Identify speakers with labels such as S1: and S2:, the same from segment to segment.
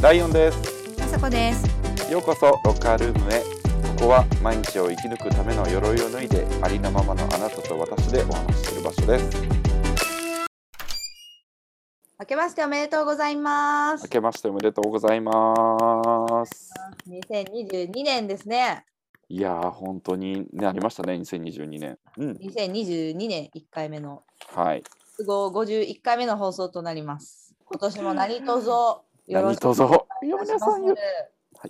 S1: ライオンです
S2: あさこです。
S1: ようこそロッカールームへここは毎日を生き抜くための鎧を脱いでありのままのあなたと私でお話しする場所です
S2: 明けましておめでとうございま
S1: 明
S2: す。
S1: けましておめでとうございます
S2: 2022年ですね。
S1: いやー本当にねありましたね2022年うん
S2: 2022年1回目の、
S1: はい
S2: 都合51回目の放送となります。今年も何卒よろ
S1: 何
S2: しくお
S1: 卒ぞ
S2: 願いし
S1: 皆
S2: ます
S1: さんよ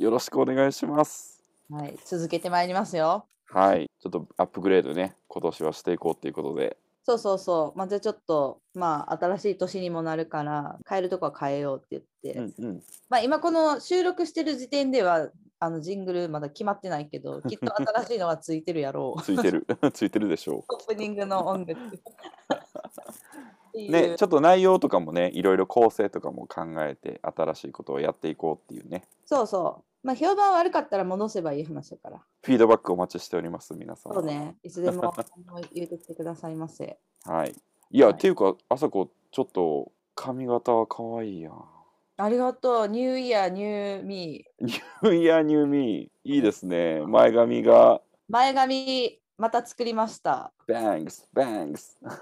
S1: よろしくお願いします
S2: はい、続けてまいりますよ。
S1: はいちょっとアップグレードね今年はしていこうっていうことで
S2: そうそうそう。まあ、じゃあちょっと、まあ、新しい年にもなるから、変えるとこは変えようって言って、
S1: うんうん
S2: まあ、今この収録してる時点では、あのジングルまだ決まってないけど、きっと新しいのがついてるやろう。
S1: ついてる ついてるでしょ
S2: オープニングの音楽。っていう
S1: うねちょっと内容とかもねいろいろ構成とかも考えて新しいことをやっていこうっていうね
S2: そうそう。まあ、評判悪かったら戻せばいい話だから。
S1: フィードバックお待ちしております皆さん
S2: そうね。いつでもあの言うてきてくださいませ。
S1: はいいや、
S2: はい
S1: っていうかあさこちょっと髪型は可愛いやん
S2: ありがとう。ニューイヤー、ニューミー。
S1: いやニューミーいいですね前髪が
S2: 前髪、また作りました。
S1: バンクスバンクス
S2: バ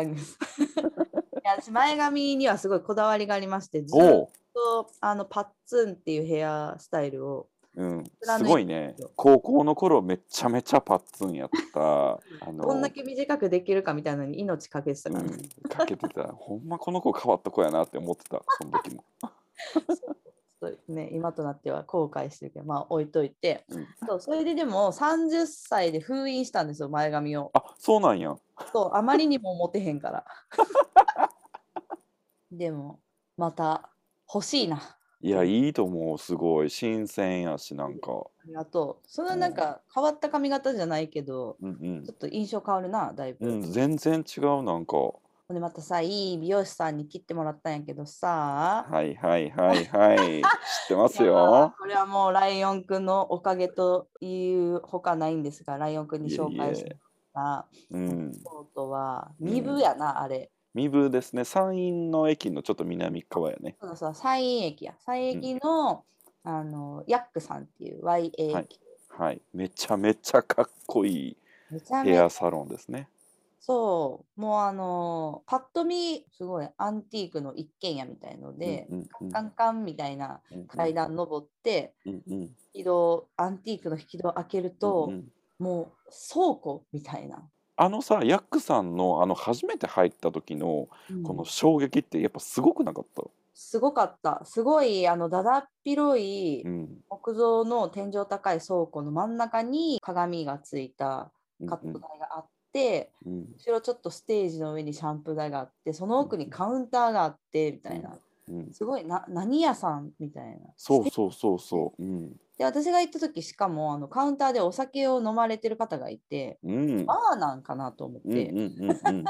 S2: ンいや私前髪にはすごいこだわりがありまして、ずっ
S1: おう
S2: とあのパッツンっていうヘアスタイルを。
S1: うん、
S2: 貫い
S1: す
S2: て
S1: ごいね
S2: るよ
S1: 高校の頃めちゃめちゃパッツンやった あの
S2: こんだけ短くできるかみたいなのに命かけてたから、ね
S1: うん、かけてたほんまこの子変わった子やなって思ってたその時も
S2: ちょっとね、今となっては後悔してるけど、まあ置いといて、
S1: うん
S2: そうそれででも30歳で封印したんですよ、前髪を。
S1: あそうなんや
S2: そうあまりにもモテへ んから。でも、また欲しいな。あ
S1: いやいいと思うすごい新鮮やしなんか
S2: りがとう。そんななんか変わった髪型じゃないけど、
S1: うん
S2: ちょっと印象変わるな、だいぶ。
S1: うん、うん、全然違うなんか
S2: ほんでまたさ、いい美容師さんに切ってもらったんやけどさ。
S1: はいはいはいはい知ってます
S2: いやー
S1: よ
S2: これはもうライオンくんのおかげというほかないんですが、ライオンくんに紹介してもらった
S1: うん
S2: スポットは、
S1: うん
S2: ミブやな、あれ。
S1: 身分ですね山陰の駅のちょっと南側やね
S2: そうだそうだ、山陰駅や。山陰駅の、あの、ヤックさんっていう YA 駅、
S1: はいはいめちゃめちゃかっこいい
S2: めちゃめ
S1: ヘ
S2: ちゃ
S1: アサロンですね
S2: そう、もうあのーパッと見、すごいアンティークの一軒家みたいので、
S1: うんうんうん
S2: カンカンみたいな
S1: うんうん
S2: 階段登って、
S1: うんうん
S2: 引き戸、アンティークの引き戸を開けると、
S1: うんうん
S2: もう倉庫みたいな。
S1: あのさヤックさんのあの初めて入った時のこ
S2: う
S1: の
S2: ん
S1: 衝撃ってやっぱすごくなかった、
S2: すごかった。すごい、あの、だだっ広い
S1: うん
S2: 木造の天井高い倉庫の真ん中に鏡がついた
S1: うん
S2: カット台があって、
S1: うんうん
S2: 後ろちょっとステージの上にシャンプー台があって、その奥にカウンターがあって、みたいな。
S1: うん、
S2: すごいな何屋さんみたいな。
S1: そうそうそうそう、うん
S2: で私が行った時しかもあのカウンターでお酒を飲まれてる方がいて
S1: うん、うん
S2: バーなんかなと思って、
S1: うんうんうん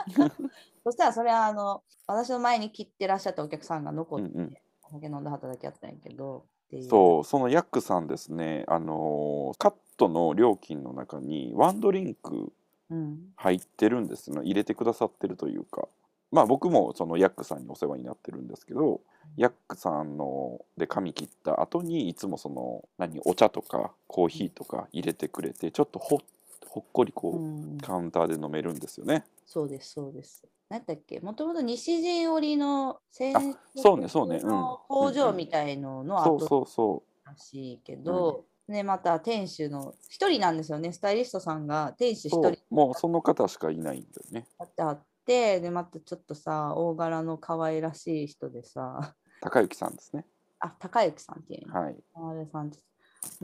S2: そしたらそれはあの私の前に切ってらっしゃったお客さんが残
S1: う
S2: っ
S1: ん
S2: て、
S1: うん
S2: お酒飲んだ方だけやったんやけどっていう
S1: そうそのヤックさんですねあのーカットの料金の中にワンドリンク
S2: う、ん、
S1: 入ってるんですの入れてくださってるというかまあ僕もそのヤックさんにお世話になってるんですけどヤックさんので髪切った後にいつもその何お茶とかコーヒーとか入れてくれてちょっとほっほっこりこう、
S2: うん、
S1: カウンターで飲めるんですよね。
S2: そうですそうです。何だっけもともと西陣織の戦
S1: あそうねそうねうん
S2: 工場みたいのの
S1: そう
S2: 後
S1: そうそ
S2: らしいけど、ね、また店主の一人なんですよねスタイリストさんが店主
S1: う。
S2: 一
S1: そ
S2: 人
S1: うもうその方しかいないんだよね。
S2: だってあってでまたちょっとさ大柄の可愛らしい人でさ
S1: 高幸さんですね。
S2: あ高之さんっていうの
S1: はい。
S2: 高之さんです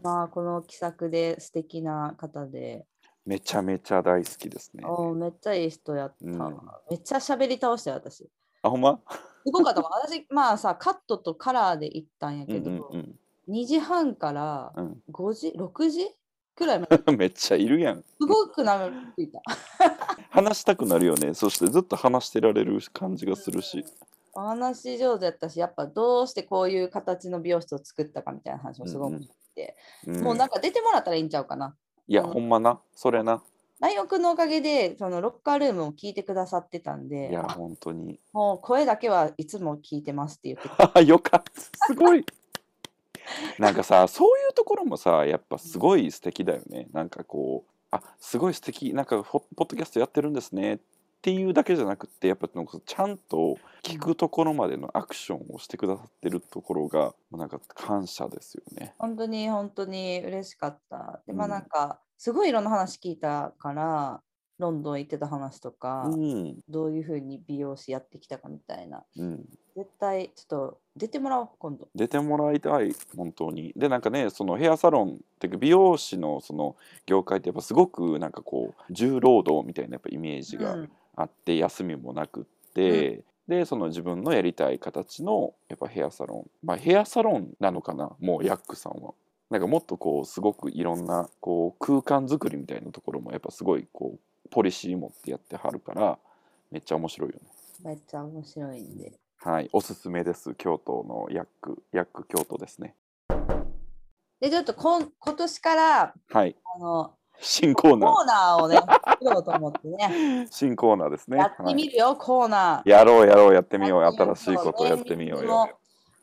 S2: まあこの気さくで素敵な方で、
S1: めちゃめちゃ大好きですね。
S2: おーめっちゃいい人やった、
S1: うん
S2: めっちゃ喋り倒したよ私す
S1: あほんま。
S2: ごかったもん 私まあさカットとカラーで行ったん
S1: う
S2: や
S1: ん
S2: け
S1: う
S2: ど、
S1: んうん
S2: 2時半から
S1: うん
S2: 5時6時くらいま で
S1: めっちゃいるやん。
S2: すごくなっていた
S1: 話したくなるよね。そしてずっと話してられる感じがするし。
S2: お話し上手やったしやっぱどうしてこういう形の美容室を作ったかみたいな話もすごく
S1: うん
S2: もうなんか出てもらったらいいんちゃうかな。
S1: いや
S2: うん
S1: ほんまな。それな。
S2: 大学のおかげで、そのロッカールームを聞いてくださってたん
S1: い
S2: で
S1: や、本当に。
S2: もう声だけはいつも聞いてますって言って、
S1: よかった。すごい。 なんかさそういうところもさやっぱすごい素敵だよねなんかこうあすごい素敵なんかポポッドキャストやってるんですねっていうだけじゃなくてやっぱなんかちゃんと聞くところまでのアクションをしてくださってるところがもうなんか感謝ですよね。
S2: 本当に本当に嬉しかった。で、まあ
S1: うん
S2: なんか、すごいいろんな話聞いたから、ロンドン行ってた話とか、
S1: うん
S2: どういうふうに美容師やってきたかみたいな。
S1: うん、
S2: 絶対、ちょっと出てもらおう、今度。
S1: 出てもらいたい本当に。でなんかねそのヘアサロンっていうか美容師のその業界ってやっぱすごくなんかこう重労働みたいなやっぱイメージが
S2: うん
S1: あって休みもなくって、でその自分のやりたい形のやっぱヘアサロンまあヘアサロンなのかなもうヤックさんは。なんかもっとこうすごくいろんなこう空間作りみたいなところもやっぱすごいこうポリシー持ってやってはるからめっちゃ面白いよね。
S2: めっちゃ面白いんで。
S1: はい、おすすめです京都のヤックヤック京都ですね。
S2: で、ちょっとこん今年から、
S1: はい
S2: あの、
S1: 新コーナ
S2: コーナーをね、作ろうと思っ てね。
S1: ー新コーナーですね。
S2: やってみるよ、コーナー。
S1: はい、やろうやろうやってみよう
S2: やってみよう
S1: 新しいことやってみようよ。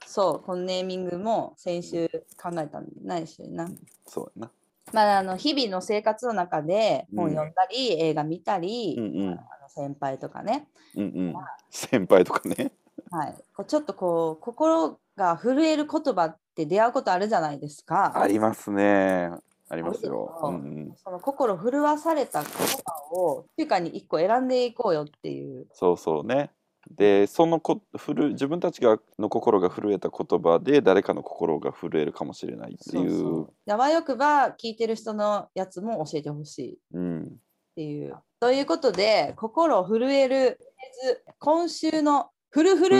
S2: そう、このネーミングも先週考えたんで、ないしな。
S1: そうやな。
S2: まあ、あの日々の生活の中で
S1: うん
S2: 本読んだり、映画見たり、
S1: うんうん
S2: あの先輩とかね、
S1: うんうん。先輩とかね。
S2: はい、こうちょっとこう心が震える言葉って出会うことあるじゃないですか。
S1: ありますね。ありますよ。
S2: あ
S1: う
S2: る
S1: んうん。
S2: その心震わされた言葉を中華に1個選んでいこうよっていう。
S1: そうそうね。でそのこふる自分たちがの心が震えた言葉で誰かの心が震えるかもしれないっていう
S2: そうそうであわよくば聞いてる人のやつも教えてほしいっ
S1: うん、
S2: ていう。ということで心震えるフレーズ今週のフルフル、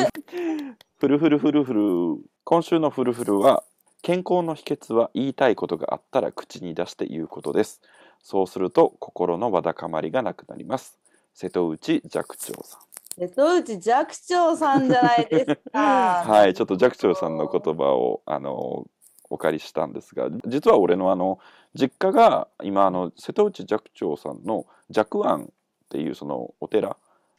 S1: フルフルフルフル今週のフルフルは健康の秘訣は言いたいことがあったら口に出して言うことですそうすると心のわだかまりがなくなります瀬戸内寂聴さん
S2: 瀬戸内寂聴さんじゃないですか。
S1: はいちょっと寂聴さんの言葉をあのお借りしたんですが実は俺のあの実家が今あの瀬戸内寂聴さんの寂庵っていうそのお寺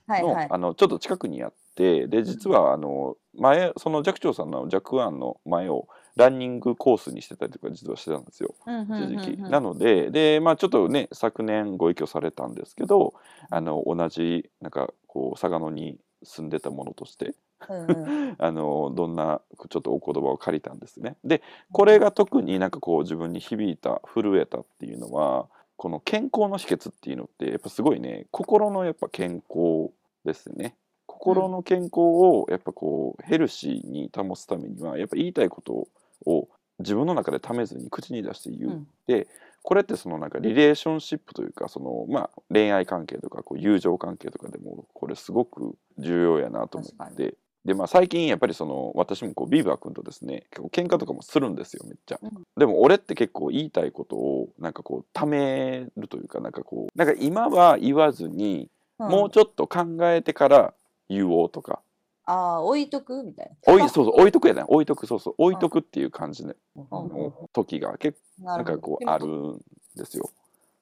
S2: はい
S1: の,、
S2: はい。
S1: あのちょっと近くにあってで実はあの前その寂聴さんの寂庵の前をランニングコースにしてたりとか実はしてたんですよ
S2: うんうん
S1: 一
S2: うん
S1: 時
S2: う
S1: 期。
S2: ん
S1: なのでで、まあ、ちょっとね昨年ご一挙されたんですけどあの同じなんかこう嵯峨野に住んでたものとして
S2: うんうん
S1: あのどんなちょっとお言葉を借りたんですね。でこれが特になんかこう自分に響いた震えたっていうのはこの健康の秘訣っていうのってやっぱすごいね心のやっぱ健康ですね心の健康をやっぱこうヘルシーに保つためにはやっぱ言いたいことを自分の中でためずに口に出して言う、
S2: うん
S1: これってそのなんかリレーションシップというかそのまあ恋愛関係とかこう友情関係とかでもこれすごく重要やなと思っ
S2: 確
S1: てでまあ最近やっぱりその私もこうビーバー君とですね結構喧嘩とかもするんですよめっちゃ、
S2: うん
S1: でも俺って結構言いたいことをなんかこうためるというかなんかこうなんか今は言わずに
S2: うん
S1: もうちょっと考えてから言おうとか、
S2: ああ置いとくみたいな。
S1: おいそうそう置いとくやな置いとくそうそう置いとくっていう感じの
S2: うん
S1: 時が結
S2: うん
S1: 構
S2: な
S1: なんかこうある。んですよ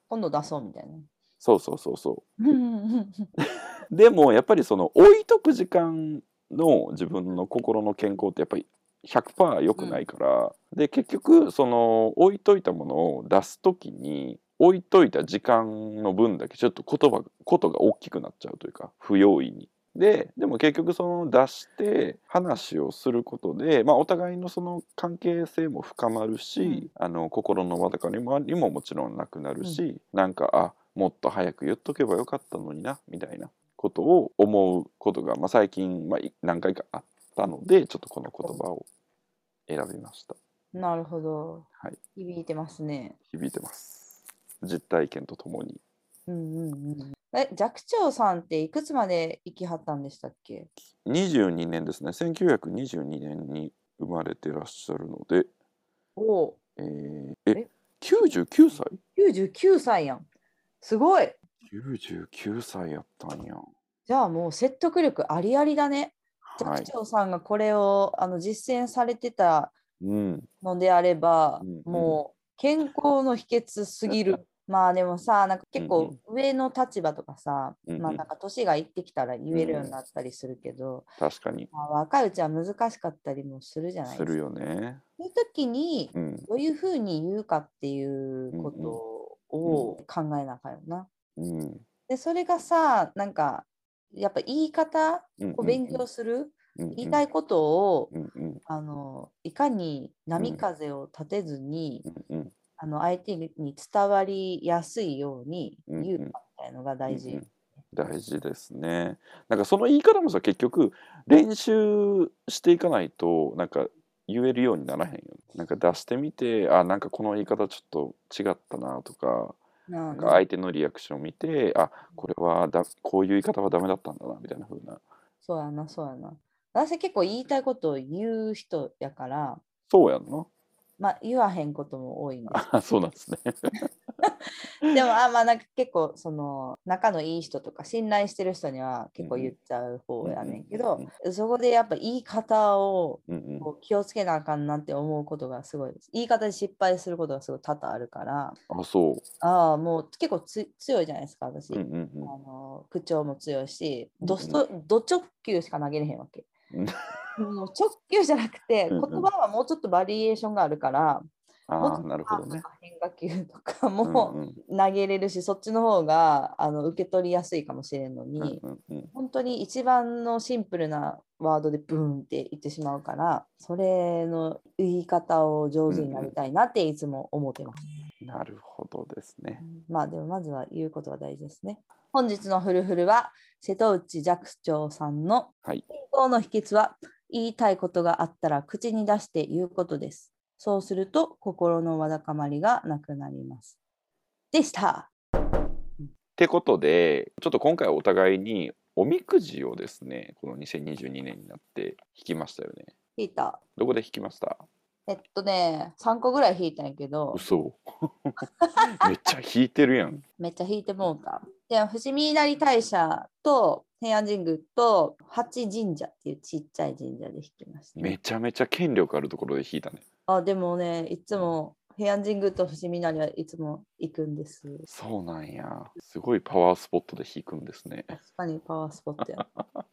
S2: 今度出そうみたいな。
S1: そうそうそうそう
S2: うんうんうん
S1: でもやっぱりその置いとく時間の自分の心の健康ってやっぱり100%良くないから、で結局その置いといたものを出す時に置いといた時間の分だけちょっと言葉ことが大きくなっちゃうというか不用意に。ででも結局その出して話をすることで、まあ、お互いのその関係性も深まるし、あの心のわだかにもにももちろんなくなるし、なんかあもっと早く言っとけばよかったのになみたいなことを思うことが、まあ、最近、まあ、い何回かあったのでちょっとこの言葉を選びました
S2: なるほど。
S1: はい
S2: 響いてますね。
S1: 響いてます実体験とともに
S2: うんうんうん。え寂聴さんっていくつまで生きはったんでしたっけ？
S1: 22年ですね1922年に生まれてらっしゃるので
S2: おお
S1: えー、
S2: え
S1: え99歳
S2: 九十九歳やん。すごい。
S1: 99歳やったんや
S2: じゃあもう説得力ありありだね。
S1: は
S2: 寂
S1: い
S2: 聴さんがこれをあの実践されてた
S1: うん
S2: のであれば、
S1: うんうん
S2: もう健康の秘訣すぎる。まあでもさなんか結
S1: う
S2: 構
S1: ん
S2: 上の立場とかさ、
S1: うんうん
S2: まあなんか年がいってきたら言えるようになったりするけど、
S1: 確かに
S2: まあ、若いうちは難しかったりもするじゃないです
S1: す
S2: か。
S1: るよね。
S2: そういう時に
S1: うん、
S2: どういうふうに言うかっていうことを考えなあかんよな。
S1: うん、
S2: でそれがさなんかやっぱ言い方
S1: うん
S2: こう勉強する、
S1: うん
S2: 言いたいことを、
S1: うんうん
S2: あのいかに波風を立てずに、
S1: うんうん
S2: あの相手に伝わりやすいように
S1: うん
S2: 言うかみたいのが大事。
S1: うんうん大事ですね。なんかその言い方もさ結局練習していかないとなんか言えるようにならへんよ。なんか出してみてあなんかこの言い方ちょっと違ったなとか
S2: な
S1: なんん
S2: か
S1: か相手のリアクションを見てあこれはだこういう言い方はダメだったんだなみたいな風な。
S2: そうやなそうやな。私結構言いたいことを言う人やから、
S1: そうやんの
S2: まあ、言わへんことも多いんです
S1: あそうなんですね。
S2: でもあまあなんか結構その仲のいい人とか信頼してる人には結構
S1: うんうん
S2: 言っちゃう方やねんけ
S1: う
S2: ど
S1: んうん、
S2: そこでやっぱ言い方を
S1: うんうん
S2: こう気をつけなあかんなって思うことがすごい言い方で失敗することがすごい多々あるから
S1: あそ
S2: ああもう結構つ強いじゃないですか私、
S1: う。うんうん
S2: あの口調も強いし
S1: うん
S2: どスト、ど直球しか投げれへんわ け
S1: うん
S2: もう直球じゃなくて
S1: うん
S2: 言
S1: うん
S2: 葉はもうちょっとバリエーションがあるから、
S1: うん、
S2: もっ
S1: ああ
S2: と
S1: なるほどね。
S2: あ変化球とか
S1: う
S2: も、
S1: んうん
S2: 投げれるしそっちの方があの受け取りやすいかもしれんのに、
S1: うんうんうん
S2: 本当に一番のシンプルなワードでブーンって言ってしまうからそれの言い方を上手になりたいなっていつも思ってます、
S1: なるほどですね。
S2: まあでもまずは言うことが大事ですね本日のフルフルは瀬戸内寂聴さんの
S1: はい
S2: 健康の秘訣は言いたいことがあったら口に出して言うことですそうすると心のわだかまりがなくなりますでした
S1: ってことでちょっと今回お互いにおみくじをですねこの2022年になって引きましたよね。
S2: ピーター
S1: どこで引きました
S2: えっとね、3個ぐらい引いたんやけど、
S1: 嘘 めっちゃ引いてるやん。
S2: めっちゃ引いてもうた。で、伏見稲荷大社と平安神宮と八神社っていうちっちゃい神社で引きました。
S1: めちゃめちゃ権力あるところで引いたね。
S2: あでもね、いつも平安神宮と伏見稲荷はいつも行くんです。
S1: そうなんや。すごいパワースポットで引くんですね。
S2: 確かにパワースポットや。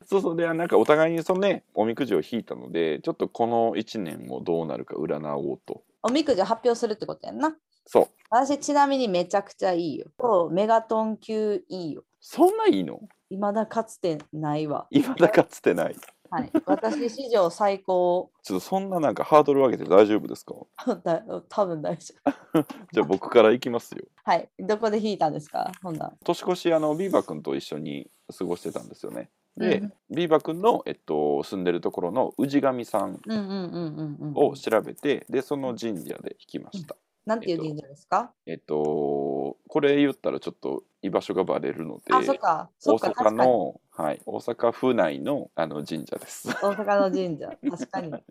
S1: そうそうでなんかお互いにそのねおみくじを引いたのでちょっとこの1年もどうなるか占おうと。
S2: おみくじ発表するってことやんな。
S1: そう。
S2: 私ちなみにめちゃくちゃいいよ。そうメガトン級いいよ。
S1: そんないいの
S2: いまだかつてないわ。
S1: 今だかつてない。
S2: はい、私史上最高。
S1: ちょっとそんななんかハードル上げて大丈夫ですか
S2: だ多分大丈夫。
S1: じゃあ僕からいきますよ。
S2: はい、どこで弾いたんですか、ほんな
S1: 年越しあのビーバくんと一緒に過ごしてたんですよね。で、
S2: うん
S1: ビーバくんの、えっと、住んでるところの氏神さん
S2: うんうんうんうんうん。
S1: を調べてでその神社で引きました。
S2: なんていう神社ですか、
S1: えっとこれ言ったらちょっと居場所がバレるので
S2: あ、そっか、そ
S1: 大
S2: っか、
S1: 阪
S2: 確かに。
S1: の、はい、大阪府内のあの神社です。
S2: 大阪の神社、 確かに。
S1: はい、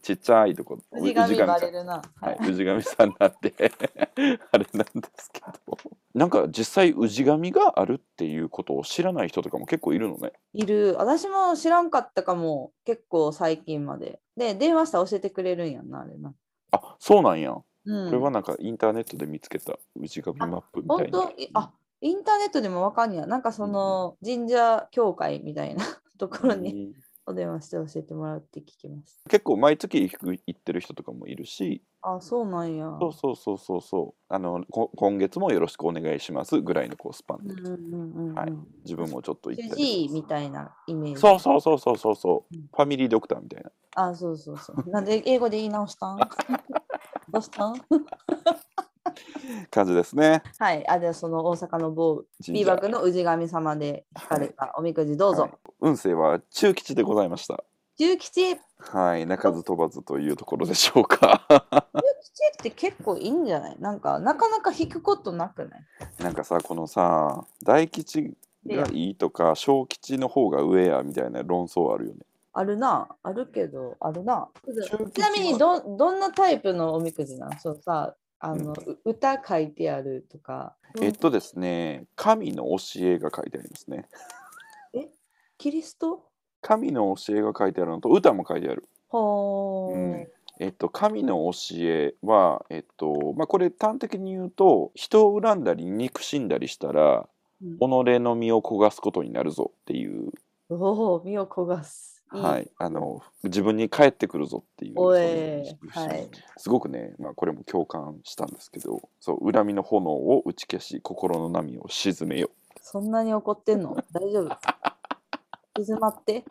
S1: ちっちゃいとこ
S2: 藤神
S1: さん
S2: バレるな。は
S1: はいい、、氏神さんなんで あれなんですけどなんか実際氏神があるっていうことを知らない人とかも結構いるのね
S2: いる。私も知らんかったかも、結構最近まで。で、電話したら教えてくれるんやんな、あれな。
S1: あそうなんや、
S2: う
S1: こ
S2: ん、
S1: れはなんかインターネットで見つけた氏神マップみた
S2: 本
S1: いな
S2: 当いあインターネットでもわかんねや。なんかその神社協会みたいな ところに
S1: うん
S2: お電話して教えてもらうって聞きます。
S1: 結構毎月行く行ってる人とかもいるし
S2: あ、そうなんや。
S1: そうそうそうそうそうあのこ今月もよろしくお願いしますぐらいのこうスパン
S2: う
S1: で
S2: んうんうんうん。
S1: はい自分もちょっと行っ
S2: 主
S1: た
S2: 治
S1: り
S2: 医みたいなイメージ。
S1: そうそうそうそうそうそう
S2: うん
S1: ファミリードクターみたいな
S2: あ、そうそうそう。なんで英語で言い直したん どうしたん
S1: 感じですね
S2: はい。あ、じゃあその大阪の某
S1: 神
S2: ビー
S1: 社
S2: バックの氏神様で引かれたおみくじどうぞ。
S1: はい運勢は中吉でございました
S2: 中吉、中
S1: はい、鳴かず飛ばずというところでしょうか。
S2: 吉って結構いいんじゃないなんかなかなか引くことなくない
S1: なんかさ、このさ、大吉がいいとか、小吉の方が上やみたいな論争あるよね。
S2: あるな、あるけど、あるな。
S1: 中吉は
S2: ちなみにどどんなタイプのおみくじなんそうさ、あの、う歌書いてあるとか。
S1: えっとですね、神の教えが書いてありますね。
S2: キリスト
S1: 神の教えが書いてあるのと、歌も書いてある。
S2: ほー、
S1: うんえっと、神の教えは、えっとまあ、これ端的に言うと人を恨んだり憎しんだりしたら
S2: う
S1: 己
S2: ん
S1: の身を焦がすことになるぞっていう、
S2: おお、身を焦がす。
S1: はい、あの自分に返ってくるぞっていう
S2: お
S1: そう
S2: え
S1: いう
S2: はい
S1: すごくね、まあ、これも共感したんですけどそう恨みの炎を打ち消し心の波を鎮めよ
S2: そんなに怒ってんの大丈夫静まって。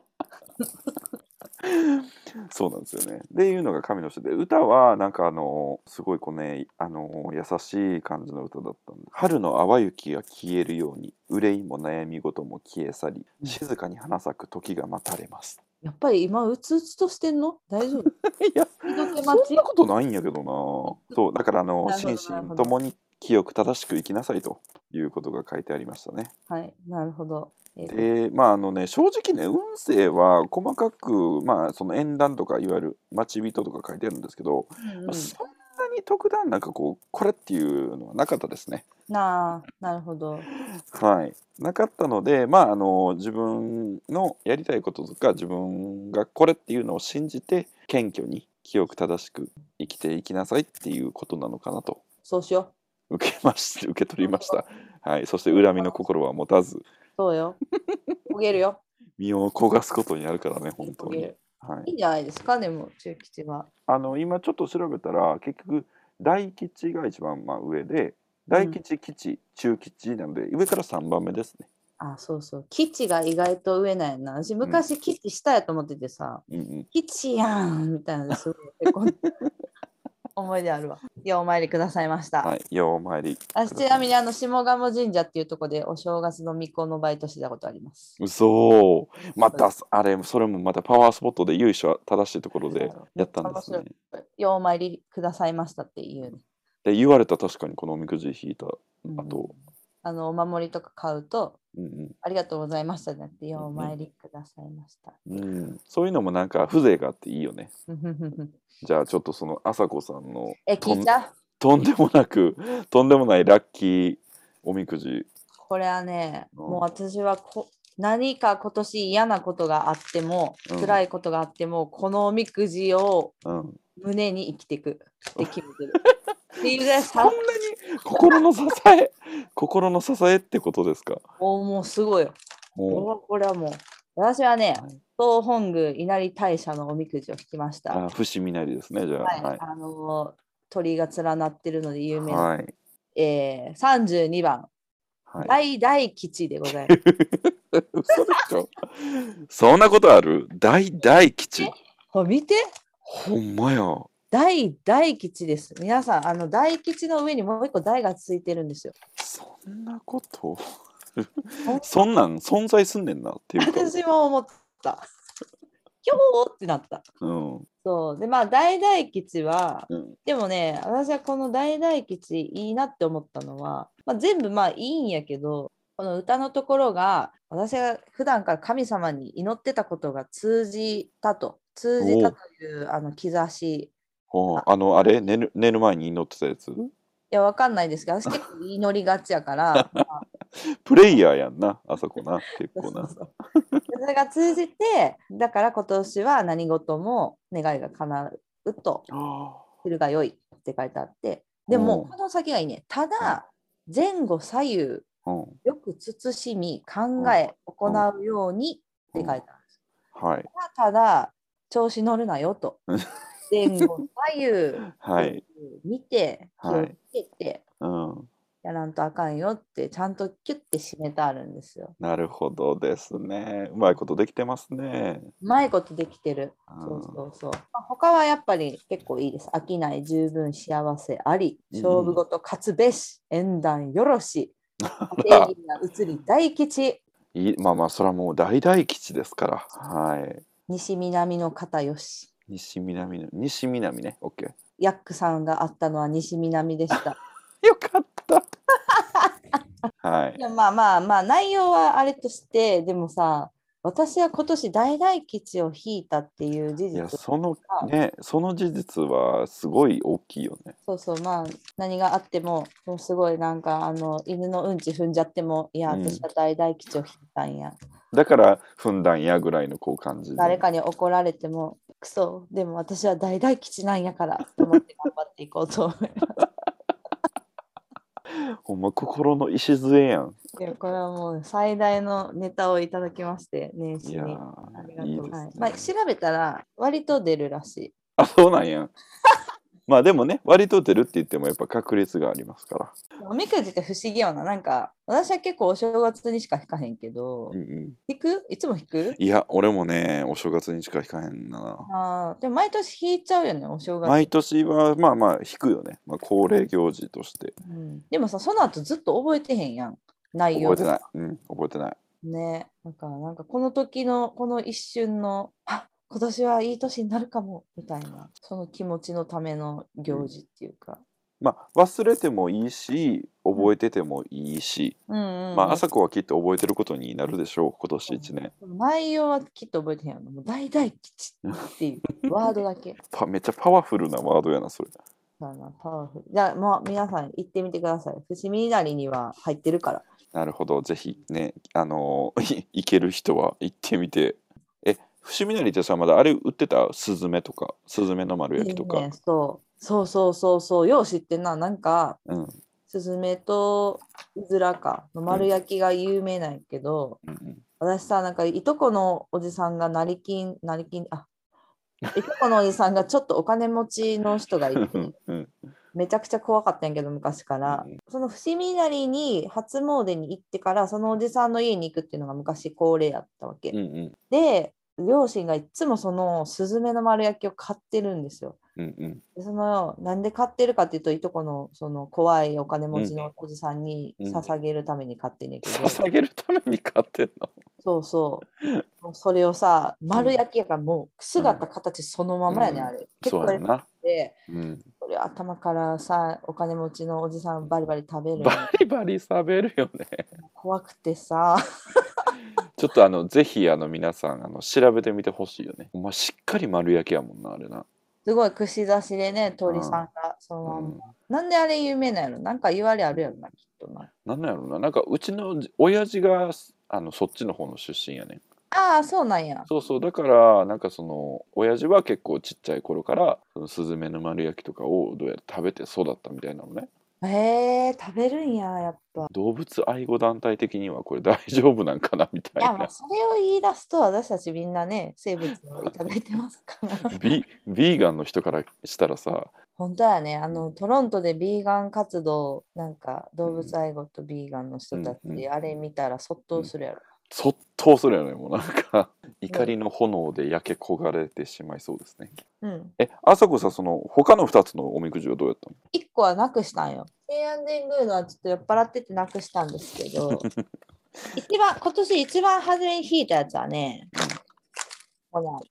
S1: そうなんですよね。っていうのが神の教えで歌はなんかあのすごいこうねあの優しい感じの歌だったんで春の淡雪が消えるように憂いも悩み事も消え去り
S2: うん
S1: 静かに花咲く時が待たれ ます。
S2: やっぱり今、うつうつとしてんの大丈夫
S1: いや
S2: そん
S1: そんなことないんやけどな。そうだからあの
S2: なるほど
S1: 心
S2: なる
S1: 身
S2: ほど
S1: ともに清く正しく生きなさいということが書いてありましたね。
S2: はい、なるほど。えー
S1: でまああのね正直ね運勢は細かくまあその縁談とかいわゆる待ち人とか書いてあるんですけど。
S2: うん
S1: ま
S2: う
S1: あ
S2: ん
S1: そんなに特段なんかこうこれっていうのはなかったですね。
S2: なあ、なるほど。
S1: はい、なかったので、まあ、あの自分のやりたいこととか自分がこれっていうのを信じて謙虚に清く正しく生きていきなさいっていうことなのかなと
S2: そうしよ
S1: 受けまし 受け取りました。はい、そして恨みの心は持たず
S2: う。そうよ。焦げるよ。
S1: 身を焦 がすことになるからね本当
S2: 焦げ
S1: に。
S2: る。
S1: はい、
S2: いいんじゃないですか、でも、中吉は。
S1: あの今ちょっと調べたら結局大吉が一番まあ上で大吉吉、中吉なので上から3番目ですね。
S2: あ、そうそう。基地が意外と上なんやな。私、昔、基地したやと思っててさ、
S1: うんうん
S2: 基地やんみたいな、すごいへこんだ思い出あるわ。ようお参りくださいました。
S1: はい、ようお参り。
S2: あちなみにあの下鴨神社っていうとこでお正月の巫女のバイトしてたことあります。
S1: 嘘。また、あれ、それもまたパワースポットで由緒正しいところでやったんですね。っ
S2: 面ようお参りくださいましたっていう、ね
S1: て言われた確かにこのおみくじ引いた。
S2: うん
S1: あと、
S2: あのお守りとか買うと
S1: うん
S2: ありがとうございましたじゃなくてようお参りください ました。
S1: うんうん、そういうのもなんか風情があっていいよね。じゃあちょっとその朝子さんの
S2: え聞いた
S1: とんでもなくとんでもないラッキーおみくじ。
S2: これはね
S1: うん
S2: もう私はこ何か今年嫌なことがあっても
S1: うん
S2: 辛いことがあってもこのおみくじを
S1: うん、
S2: 胸に生きていくって決め てる。っていうぐらい
S1: そん
S2: さ
S1: なに心の支 え心の支えってことですか。
S2: もうもうすごいよ。これ
S1: も
S2: はこれはもう私はね
S1: はい
S2: 東本宮稲荷大社のおみくじを引きまし
S1: う
S2: た。は
S1: あ伏見なりですねじゃあ。
S2: い、あのー鳥居が連なってるので有名な、
S1: はい
S2: えー、32番、
S1: はい
S2: 大大吉でござ います。
S1: 嘘でしょそんなことある大大吉
S2: えほら見て
S1: ほんまや
S2: 大大吉です。皆さんあの大吉の上にもう一個大がついてるんです よ。
S1: そんなことそんなん存在すんねんなって いうか、
S2: 私も思った。 今日ってなった。
S1: うんうん
S2: そうでまあ大大吉は
S1: うん
S2: でもね、私はこの大大吉いいなって思ったのは、まあ、全部まあいいんやけど、この歌のところが、私が普段から神様に祈ってたことが通じたと、通じたというあの兆し。
S1: ほうあのあれ寝る寝る前に祈ってたやつ
S2: いや、わかんないですけど、私結構祈りがちやから、まあ
S1: プレイヤーやんなあそこな結
S2: そう
S1: 構
S2: そう
S1: な
S2: そうそれが通じて、だから今年は何事も願いが叶うと
S1: あ
S2: するが良いって書いてあって、でも、
S1: うん
S2: この先がいいね。ただ、前後左右、
S1: ーうん
S2: よく慎み、考え、行うようにって書いてあるんです。
S1: はい
S2: ただ、調子乗るなよと
S1: うん。
S2: 前後左右、
S1: はい
S2: 見て、気
S1: は
S2: を
S1: い
S2: つけて、
S1: うん
S2: やらんとあかんよって、ちゃんとキュッて締めてあるんですよ。
S1: なるほどですねうまいことできてますね
S2: うまいことできてる。
S1: あー
S2: そうそうそう。まあ、他はやっぱり結構いいです。飽きない、十分幸せあり、
S1: うん
S2: 勝負ごと勝つべし、縁談よ ろし、定義が移り大吉、
S1: いいまあまあそれはもう大大吉ですからはい
S2: 西南の方よし。
S1: 西南の西南ね、オッケー。
S2: ヤックさんがあったのは西南でした。
S1: よか った。はい
S2: い。やまあまあまあ内容はあれとしてでもさ私は今年大大吉を引いたっていう事
S1: いや
S2: 実
S1: そのねその事実はすごい大きいよね
S2: そうそうまあ何があってももうすごいなんかあの犬のうんち踏んじゃってもいや
S1: うん
S2: 私は大大吉を引いたんや、
S1: だから踏んだんやぐらいのこう感じで
S2: 誰かに怒られてもクソでも私は大大吉なんやからと思って頑張っていこうと 思います
S1: ほんま心の礎やん
S2: でもこれはもう最大のネタをいただきまして年
S1: い
S2: 始
S1: や
S2: に。ありが
S1: ー
S2: と
S1: いいうです
S2: は
S1: ね
S2: いまあ、調べたら割と出るらしい。
S1: あそうなんや まあでもね割と出るって言ってもやっぱ確率がありますから
S2: おみくじって不思議よな。なんか私は結構お正月にしか引かへんけど
S1: う、んうん
S2: 引くいつも引く
S1: いや俺もねお正月にしか引かへんな
S2: あーでも毎年引いちゃうよね、お正月。
S1: 毎年はまあまあ引くよね、まあ、恒例行事として
S2: うんでもさ、その後ずっと覚えてへんやん。内
S1: 覚
S2: 容
S1: えてない、うん、覚えてない
S2: ね。なんか、なんかこの時の、この一瞬の、あ今年はいい年になるかも、みたいな、その気持ちのための行事っていうか。
S1: まあ忘れてもいいし覚えててもいいし、
S2: うんうんうん
S1: まあ朝子はきっと覚えてることになるでしょう今年一年、
S2: 内容はきっと覚えてへんやろもう大大吉っ ていうワードだけ。
S1: パめっちゃパワフルなワードやなそれ
S2: そうやなパワフル。じゃあ、まあ、皆さん行ってみてください。伏見稲荷には入ってるから。
S1: なるほどぜひねあの ーい行ける人は行ってみてえ伏見なりってさまだあれ売ってたスズメとかスズメの丸焼きとか、
S2: いいねそうそうそうそうそう。よう知ってんな。なんか、
S1: うん
S2: スズメとうずらかの丸焼きが有名なんやけど、
S1: うんうん
S2: 私さ、なんかいとこのおじさんが成金、成金、あいとこのおじさんがちょっとお金持ちの人がいて、
S1: うん
S2: めちゃくちゃ怖かったんやけど昔から、
S1: うん
S2: その伏見稲荷に初詣に行ってからそのおじさんの家に行くっていうのが昔恒例やったわけ、
S1: うんうん
S2: で両親がいっつもそのスズメの丸焼きを買ってるんですよ
S1: うんうん
S2: でそのなんで買ってるかっていうといとこのその怖いお金持ちのおじさんに
S1: うん
S2: 捧げるために買ってんねんけど、
S1: 捧げるために買ってんの
S2: そうそうもうそれをさ丸焼きやからもう姿形そのままやね、
S1: うん
S2: あれ結
S1: そう
S2: 構や
S1: や
S2: っ
S1: な、
S2: て
S1: うん、
S2: それ頭からさお金持ちのおじさんバリバリ食べるの
S1: バリバリ食べるよね
S2: 怖くてさ
S1: ちょっとあのぜひあの皆さんあの調べてみてほしいよね。お前しっかり丸焼きやもんなあれな。
S2: すごい串刺しでね鳥さんがそのまんま、
S1: うん、
S2: なんであれ有名なんやろなんか言われあるやろなきっとな
S1: なんなんやろななんかうちのじ親父があのそっちの方の出身やねん。
S2: ああそうなんや
S1: そうそうだからなんかその親父は結構ちっちゃい頃からそのスズメの丸焼きとかをどうやら食べて育ったみたいなのね。
S2: へえ食べるんややっぱ
S1: 動物愛護団体的にはこれ大丈夫なんかなみた
S2: い
S1: い
S2: やま
S1: な
S2: あ。それを言い出すと私たちみんなね生物をいただいてますから
S1: ビビーガンの人からしたらさ
S2: 本当やねあのトロントでビーガン活動なんか動物愛護とビーガンの人たち、
S1: うんうん
S2: あれ見たらそっとするやろ、
S1: そっとするよねもうなん か怒りの炎で焼け焦がれてしまいそうですね。
S2: うん、
S1: え、あさこさん、その他の2つのおみくじはどうやったの
S2: 1個はなくしたんよ。平安神宮のはちょっと酔っ払っててなくしたんですけ ど、一番今年一番初めに引いたやつはね、この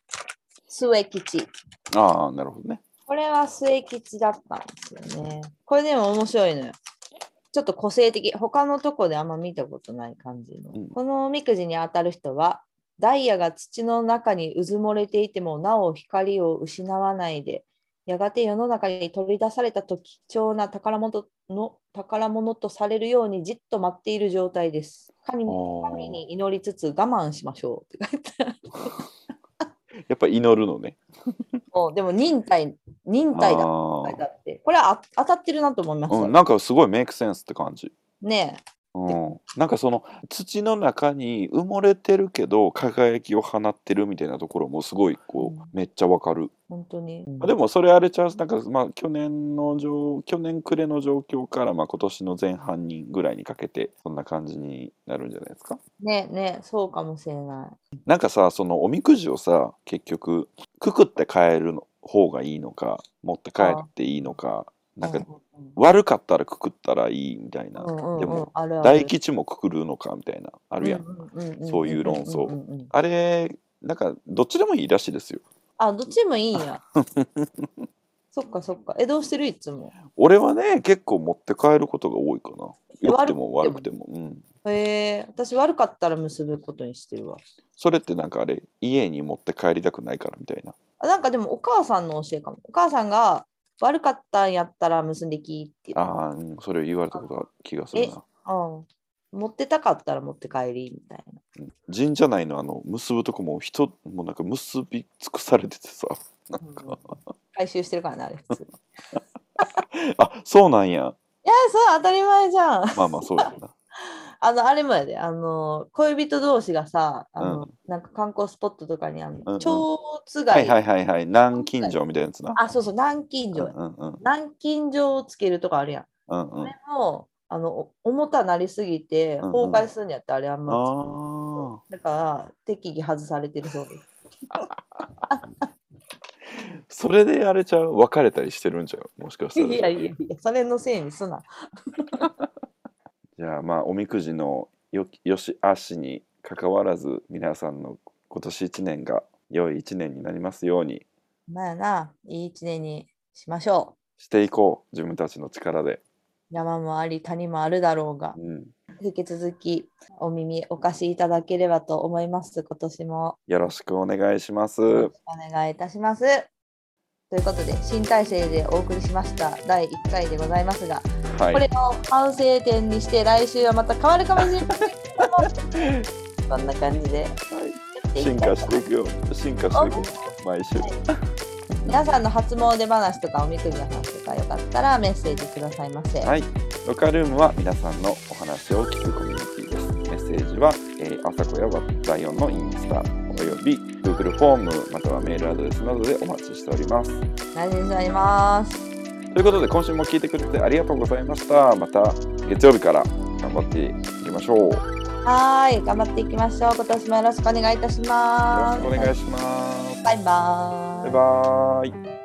S2: 末吉。
S1: ああ、なるほどね。
S2: これは末吉だったんですよね。これでも面白いのよ。ちょっと個性的。他のとこであんま見たことない感じの。
S1: うん
S2: このおみくじに当たる人は、ダイヤが土の中にうずもれていてもなお光を失わないで、やがて世の中に取り出されたと貴重な宝物の宝物とされるようにじっと待っている状態です。神に
S1: おー
S2: 神に祈りつつ我慢しましょうって書いてある。
S1: やっぱ祈るのね。
S2: もうでも忍耐、忍耐だ。
S1: あ
S2: だってこれはあ当たってるなと思いま
S1: あ、
S2: した、
S1: うん、なんかすごいメイクセンスって感じ。
S2: ねえ
S1: うん、なんかその土の中に埋もれてるけど輝きを放ってるみたいなところもすごいこう、
S2: うん
S1: めっちゃわかる
S2: 本当に、
S1: まあでもそれあれちゃうなんかまあ去年の状去年暮れの状況からまあ今年の前半にぐらいにかけてそんな感じになるんじゃないですか
S2: ねえねえそうかもしれない
S1: なんかさそのおみくじをさ結局くくって帰るの方がいいのか持って帰っていいのかなんか
S2: うん
S1: 悪かったらくくったらいいみたいな、
S2: うんうんうん
S1: でも
S2: あるある
S1: 大吉もくくるのかみたいなあるやん、
S2: うんんんんん
S1: そういう論争
S2: んうんうん
S1: あれなんかどっちでもいいらしいですよ
S2: あどっちもいいんや そっかそっかえどうしてるいつも
S1: 俺はね結構持って帰ることが多いかな良くても悪くても、うん、
S2: へえ私悪かったら結ぶことにしてるわ
S1: それってなんかあれ家に持って帰りたくないからみたいな
S2: あなんかでもお母さんの教えかもお母さんが悪かったんやったら結んできって言う
S1: ああ、うん、それを言われたことが気がするな、
S2: うん、持ってたかったら持って帰りみたいな
S1: うん神社内のあの結ぶとこも人もうなんか結び尽くされててさ なんか、
S2: 回収してるからねあれ普通い
S1: あそうなんや
S2: やそう当たり前じゃん
S1: まあまあそうやな
S2: あのあれもやであの恋人同士がさあの、
S1: う
S2: なんか観光スポットとかにあの、
S1: うんうん
S2: 蝶つが、
S1: はいいはいはいはい南京錠みたいなやつな
S2: あそうそう南
S1: う
S2: 京
S1: ん
S2: 錠、
S1: うんうん
S2: 南京錠をつけるとかあるやん
S1: うんうん
S2: もうあのお重たなりすぎて
S1: うん
S2: 崩
S1: うん
S2: 壊するんやったらあれあんまつ
S1: あ
S2: だから適宜外されてるそ うです。
S1: あそれであれちゃう別れたりしてるんちゃうもしかしたら
S2: いやいやいや、それのせいにすな。
S1: じゃあまあおみくじのよきよしあしにかかわらず皆さんの今年一年が良い一年になりますように
S2: まあな、いい一年にしましょ
S1: していこう自分たちの力で、
S2: う。山もあり谷もあるだろうが
S1: う、ん、
S2: 引き続きお耳お貸しいただければと思います。今年も
S1: よろしくお願いします。
S2: お願いいたします。ということで、新体制でお送りしました第1回でございますが、
S1: はい
S2: これを反省点にして来週はまた変わるかもしれま せんけども。そんな感じでやっていきたいと思い
S1: 進化
S2: ます
S1: していくよ進化していこう毎週
S2: 皆さんの初詣話とかおみくじの話とかよかったらメッセージくださいませ。
S1: はいロカルームは皆さんのお話を聞くコミュニティですメッセージは、えー、あさこやわライオンのインスタおよび Google フォームまたはメールアドレスなどでお待ちしております
S2: 大事にしております。
S1: ということで今週も聞いてくれてありがとうございましたまた月曜日から頑張っていきましょうよろしく
S2: はーい、頑張っていきましょう。今年もよろしくお願いいたします。
S1: お願いします
S2: バイバーイ。
S1: バイバーイ